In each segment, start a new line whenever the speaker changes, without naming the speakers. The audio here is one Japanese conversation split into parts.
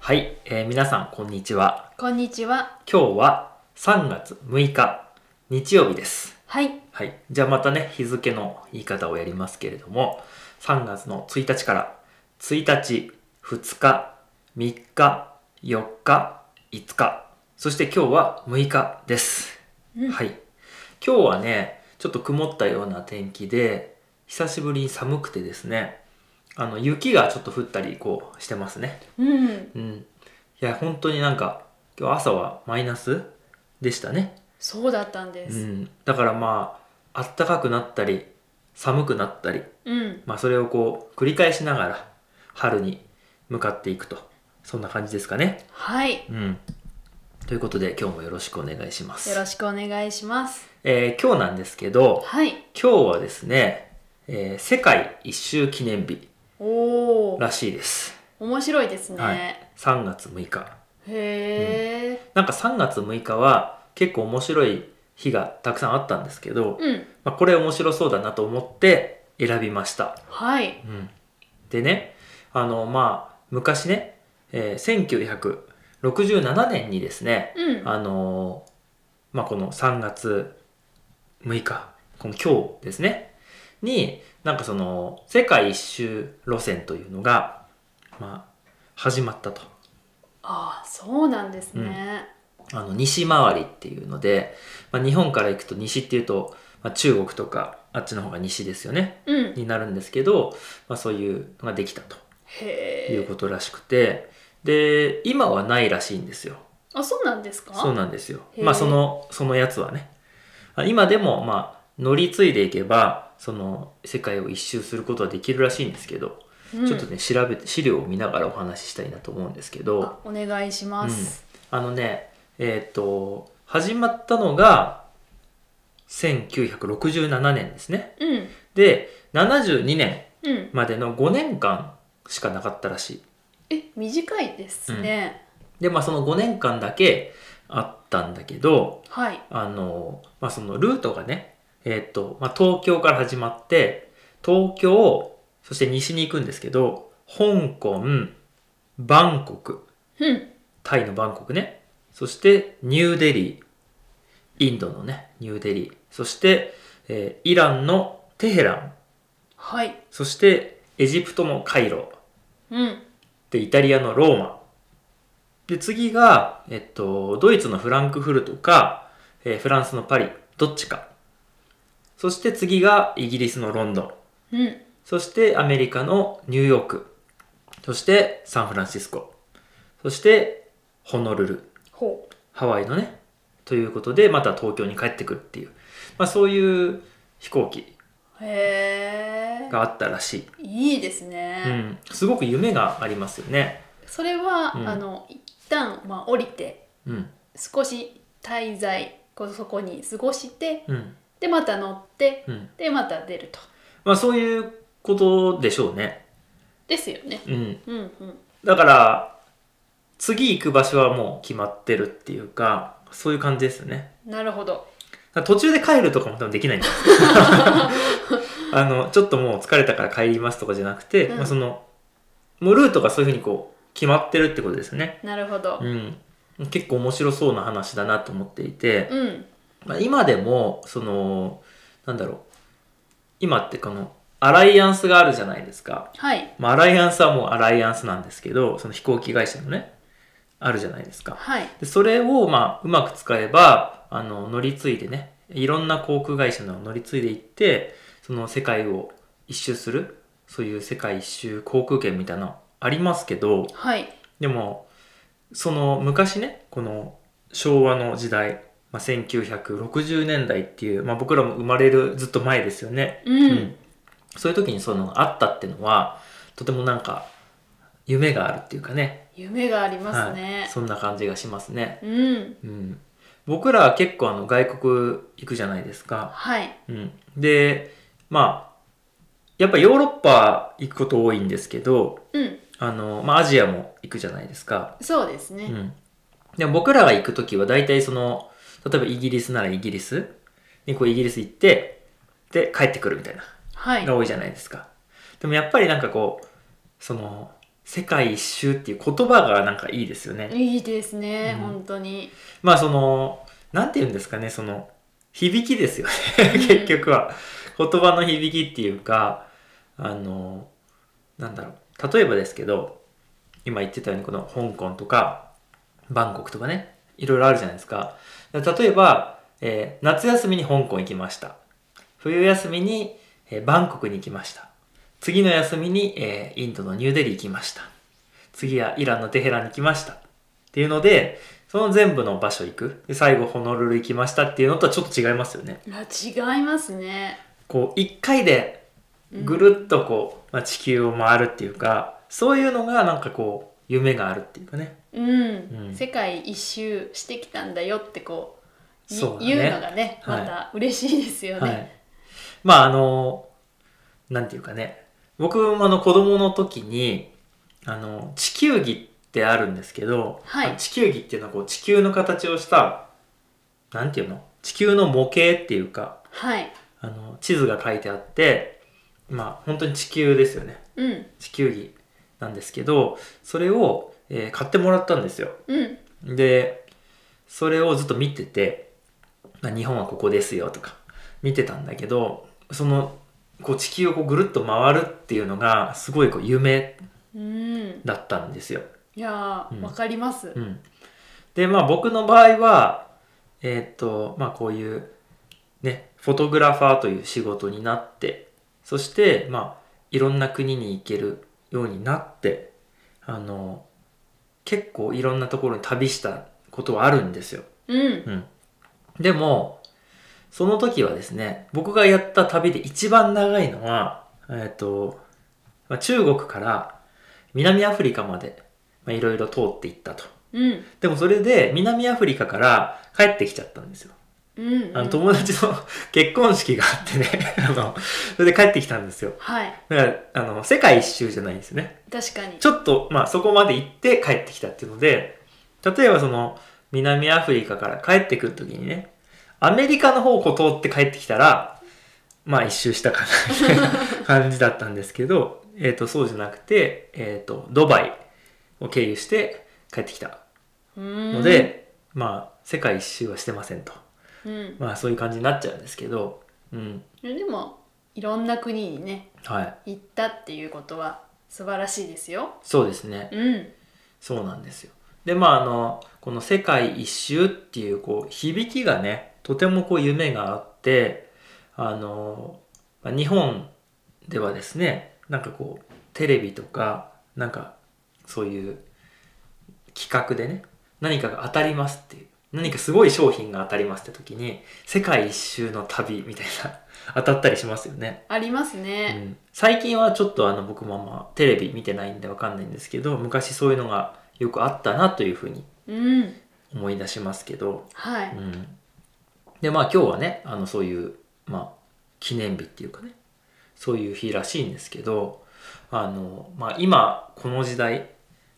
はい、えー皆さんこんにちは。
こんにちは。
今日は3月6日日曜日です。
はい。
はい、じゃあまたね日付の言い方をやりますけれども、3月の1日から1日、2日、3日、4日、5日、そして今日は6日です。
うん
はい。今日はね、ちょっと曇ったような天気で、久しぶりに寒くてですね、あの雪がちょっと降ったりこうしてますね。
うん。
うん。いや、本当になんか、今日朝はマイナスでしたね。
そうだったんで
う
す。
ん。だからまあ、あったかくなったり、寒くなったり、
うん。
まあそれをこう、繰り返しながら、春に向かっていくと。そんな感じですかね。
はい。
うん。ということで、今日もよろしくお願いします。
よろしくお願いします。
えー今日なんですけど、
はい。
今日はですね、えー世界一周記念日
おお。
らしいです。
面白いですね。
はい。3月6日。
へえ。
なんか3月6日は結構面白い日がたくさんあったんですけど、
うん。
まあ、これ面白そうだなと思って選びました。
はい。
うん、でね、あの、まあ、昔ね、えー1967年にですね、
うん。
あのーまあ、この3月6日、この今日ですね、に、なんかその、世界一周路線というのが、まあ、始まったと。
ああ、そうなんですね。
あの西回りっていうので、まあ、日本から行くと西っていうと、まあ、中国とかあっちの方が西ですよね
うん。
になるんですけど、まあ、そういうのができたと
へ
いう
え。
ことらしくてで今はないらしいんですよ
あ、そうなんですか。
そうなんですよ
へー
まあそのそのやつはねあ今でもまあ乗り継いでいけばその世界を一周することはできるらしいんですけど、
うん
ちょっとね調べて資料を見ながらお話ししたいなと思うんですけど
あお願いします。
あのね、えっ、と、始まったのが、1967年ですね。
うん。
で、72年
うん。
までの5年間しかなかったらしい。
え、短いですね。
で、まあその5年間だけあったんだけど、
はい。
あの、まあそのルートがね、えっ、と、まあ東京から始まって、東京、そして西に行くんですけど、香港、バンコク、
うん。
タイのバンコクね。そして、ニューデリー。インドのね、ニューデリー。そして、えーイランのテヘラン。
はい。
そして、エジプトのカイロ。
うん。
で、イタリアのローマ。で、次が、えっと、ドイツのフランクフルトか、えーフランスのパリ。どっちか。そして次がイギリスのロンドン。
うん。
そしてアメリカのニューヨーク。そしてサンフランシスコ。そしてホノルル。
ほう。
ハワイのね、ということで、また東京に帰ってくるっていう、まあそういう飛行機
へえ。
があったらしい。
いいですね。
うん。すごく夢がありますよね。
それは、
うん
あの一旦まあ降りて
うん。
少し滞在こうそこに過ごして
うん。
でまた乗って
うん。
でまた出ると
まあそういうことでしょうね。
ですよね
うん。
うんうん
だから、次行く場所はもう決まってるっていうか、そういう感じですよね。
なるほど
だから途中で帰るとかも多分できないんですあの、ちょっともう疲れたから帰りますとかじゃなくて、
うん
まあその、もうルートがそういうふうにこう、決まってるってことですよね。
なるほど
うん、結構面白そうな話だなと思っていて、
うん
まあ、今でもそのなんだろう今ってこのアライアンスがあるじゃないですか、
はい
まあ、アライアンスはもうアライアンスなんですけどその飛行機会社のねあるじゃないですか
はい
でそれをまあうまく使えばあの乗り継いでねいろんな航空会社の乗り継いでいってその世界を一周するそういう世界一周航空券みたいなのありますけど、
はい
でもその昔ねこの昭和の時代、まあ、1960年代っていう、まあ、僕らも生まれるずっと前ですよね、
うん、
そういう時にそういうのがあったっていうのはとてもなんか夢があるっていうかね
夢があります
はい、
ね、
そんな感じがしますね、
うん
うん、僕らは結構あの外国行くじゃないですか、
はい
うん、でまあやっぱヨーロッパ行くこと多いんですけど
うん
あの、まあ、アジアも行くじゃないですか
そうですね、
うん、でも僕らが行く時は大体その例えばイギリスならイギリスにこうイギリス行ってで帰ってくるみたいな
はい
のが多いじゃないですかでもやっぱりなんかこうその世界一周っていう言葉がなんかいいですよね。
いいですね、
うん
本当に
まあその、なんて言うんですかね、その、響きですよね、結局は。言葉の響きっていうか、あの、なんだろう。例えばですけど、今言ってたようにこの香港とか、バンコクとかね、いろいろあるじゃないですか。例えば、えー夏休みに香港行きました。冬休みに、えーバンコクに行きました。次の休みに、えーインドのニューデリー行きました。次はイランのテヘランに行きました。っていうので、その全部の場所行く。で、最後ホノルル行きましたっていうのとはちょっと違いますよね。
いや違いますね
こう、一回で
うん
ぐるっとこう、まあ、地球を回るっていうか、そういうのがなんかこう、夢があるっていうかね。
うん、
うん
世界一周してきたんだよってこうい
そうだね
言うのがね
はい
また嬉しいですよね、
はい。まああの、なんていうかね、僕もあの子供の時に、あの、地球儀ってあるんですけど、
はい
あ地球儀っていうのはこう地球の形をした、なんていうの地球の模型っていうか、
はい、
あの、地図が書いてあって、まあ本当に地球ですよね。
うん
地球儀なんですけど、それを、えー買ってもらったんですよ。
うん
でそれをずっと見てて、まあ、日本はここですよとか見てたんだけどそのこう地球をこうぐるっと回るっていうのがすごいこう夢
うん
だったんですよ。
いやー
うん
わ、かります、
うん、でまあ僕の場合はえーっとまあこういうねフォトグラファーという仕事になってそしてまあいろんな国に行けるようになってあの結構いろんなところに旅したことはあるんですよ。
うん
うん。でも、その時はですね、僕がやった旅で一番長いのは、えっ、と、まあ中国から南アフリカまで、まあいろいろ通っていったと。
うん
でもそれで南アフリカから帰ってきちゃったんですよ。
うん
あの友達の 結婚式があってね、 あの、それで帰ってきたんですよ。
はい
だから、あの、世界一周じゃないんですよね。
確かに
ちょっと、まあ、そこまで行って帰ってきたっていうので、例えばその、南アフリカから帰ってくるときにね、アメリカの方をこう通って帰ってきたら、まあ一周したかな、みたいな感じだったんですけど、えっ、と、そうじゃなくて、えっ、と、ドバイを経由して帰ってきた
の
の、で、まあ、世界一周はしてませんと。
うん、
まあ、そういう感じになっちゃうんですけど、うん。
でもいろんな国にね
はい。
行ったっていうことは素晴らしいですよ
そうですね。
うん
そうなんですよ。でまああのこの「世界一周」っていうこう響きがねとてもこう夢があってあのまあ日本ではですねなんかこうテレビとかなんかそういう企画でね何かが当たりますっていう何かすごい商品が当たりますって時に「世界一周の旅」みたいな当たったりしますよね。
あります
う
ね、
ん、最近はちょっとあの僕もあんまテレビ見てないんでわかんないんですけど昔そういうのがよくあったなというふうに
うん、
思い出しますけど、
は
う
い、
ん、でまあ今日はねあのそういう、まあ、記念日っていうかねそういう日らしいんですけどあの、まあ、今この時代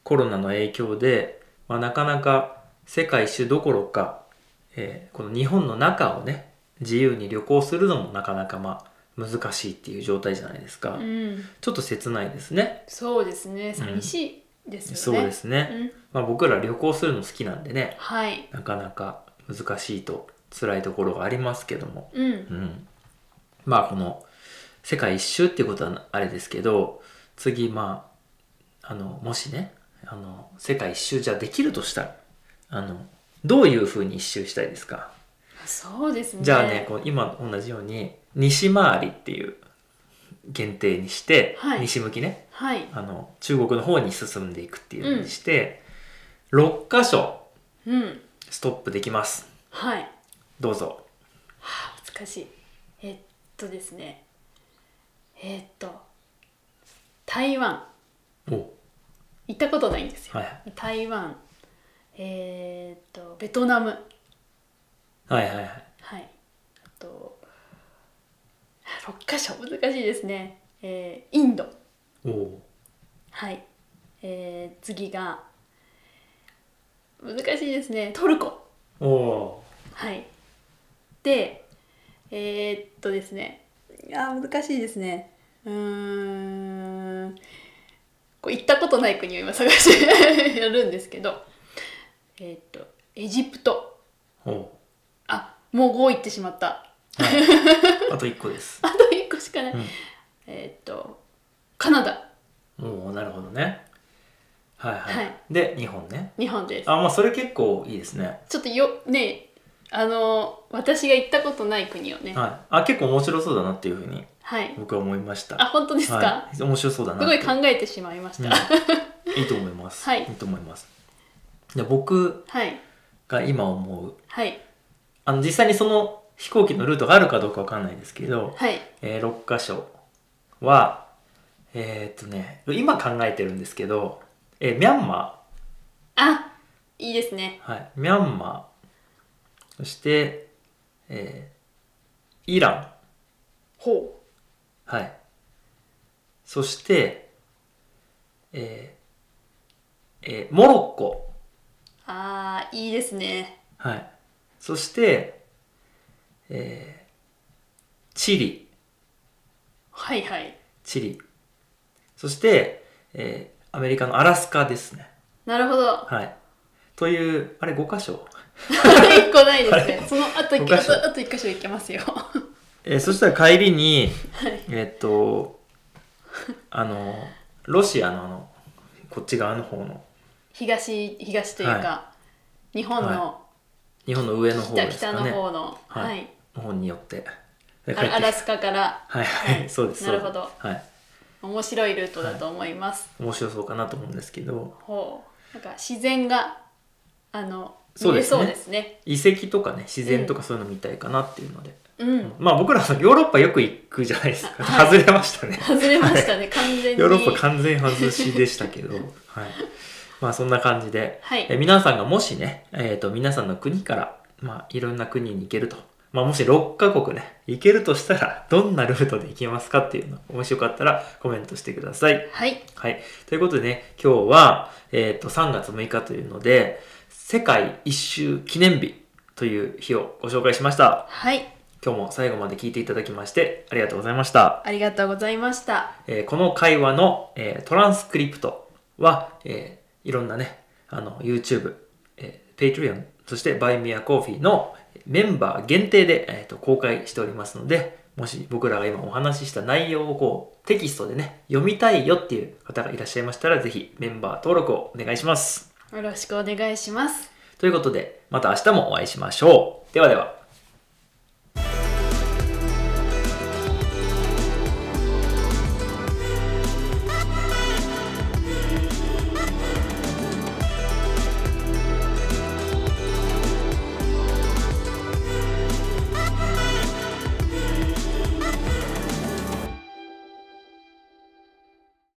コロナの影響で、まあ、なかなか世界一周どころか、えーこの日本の中をね自由に旅行するのもなかなかまあ難しいっていう状態じゃないですか。
うん、
ちょっと切ないですね。
そうですね寂しいです
そ
よ
う
ね、
ですね。
うん、
まあ僕ら旅行するの好きなんでね、
はい
なかなか難しいと辛いところがありますけども。
うん
うん。まあこの世界一周っていうことはあれですけど、次まあ、あの、もしね、あの、世界一周じゃできるとしたら、あの、どういう風に一周したいですか、
そうですね
じゃあね、こう今同じように、西回りっていう限定にして、
はい
西向きね。
はい
あの中国の方に進んでいくっていうふうにして、6箇所
うん
ストップできます
はい
どうぞ
はあ難しいえっとですねえっと台湾
お
行ったことないんですよ、
はいはい
台湾えっとベトナム
はいはいはい
はい。あと、あ6箇所難しいですね。えーインド。
おお
はい。えー次が、難しいですね。トルコ。
おお
はい。で、えーっとですね。いやー、難しいですね。うーん。こう行ったことない国を今探して やるんですけどえーっとエジプト
お
あもう5行ってしまった
う、はい、あと1個です
あと1個しかない、
うん
えーっとカナダ
おおなるほどねはいはい、
はい
で日本ね
日本です
あまあそれ結構いいですね
ちょっとよねあの私が行ったことない国をねはい、
はいあ結構面白そうだなっていうふうに僕は思いました
あ本当ですか、
はい、面白そうだな
すごい考えてしまいました、
うんいいと思います、
はい
いと思いますで僕
はい
が今思う
はい
あの実際にその飛行機のルートがあるかどうかわかんないですけど、
はい
えー、6箇所はえーっとね今考えてるんですけど、えーミャンマ
あいいですね
ー、はい、ミャンマーそして、えーイラン
ほ
はい。そして、えーえーモロッコ。
うあーいいですね
はい。そして、えーチリ。
はいはい
チリ。そして、えーアメリカのアラスカですね。
なるほど
はい。という、あれ5箇所、
一個ないですねそのあと一
五箇所
あとあと一箇所行けますよは
えーそしたら帰りに、
い
えーっと、 あの、ロシアのあの、こっち側の方の、
東東というか、日本の
日本の上の方
北,、
ですか
北
ね。
の方の、
は
はいい
の方によって。帰ってき
あ
て
アラスカから
はいはい、
はい
そうです
なるほど
そうですはい
面白いルートだと思います、
面白そうかなと思うんですけど
ほうなんか自然があの
そ
見
うで
れ
すね
そうですね
遺跡とかね自然とかそういうの見たいかなっていうので、
うん
まあ僕らはヨーロッパよく行くじゃないですか、
はい
外れましたね
外れましたね完全に
ヨーロッパ完全外しでしたけどはいまあそんな感じで、
はい
え皆さんがもしね、えー、と皆さんの国から、まあ、いろんな国に行けると、まあ、もし6カ国ね行けるとしたらどんなルートで行きますかっていうのもしよかったらコメントしてください
はい
はい。ということでね、今日は、えっ、と、3月6日というので、世界一周記念日という日をご紹介しました。
はい
今日も最後まで聞いていただきまして、ありがとうございました。
ありがとうございました
えーこの会話の、えートランスクリプトは、えーいろんなね、あの、YouTube、えー Patreon、そして Buy Me a Coffee のメンバー限定で、えーと公開しておりますので、もし僕らが今お話しした内容をこう、テキストでね、読みたいよっていう方がいらっしゃいましたら、ぜひメンバー登録をお願いします。
よろしくお願いします
ということで、また明日もお会いしましょう。ではでは。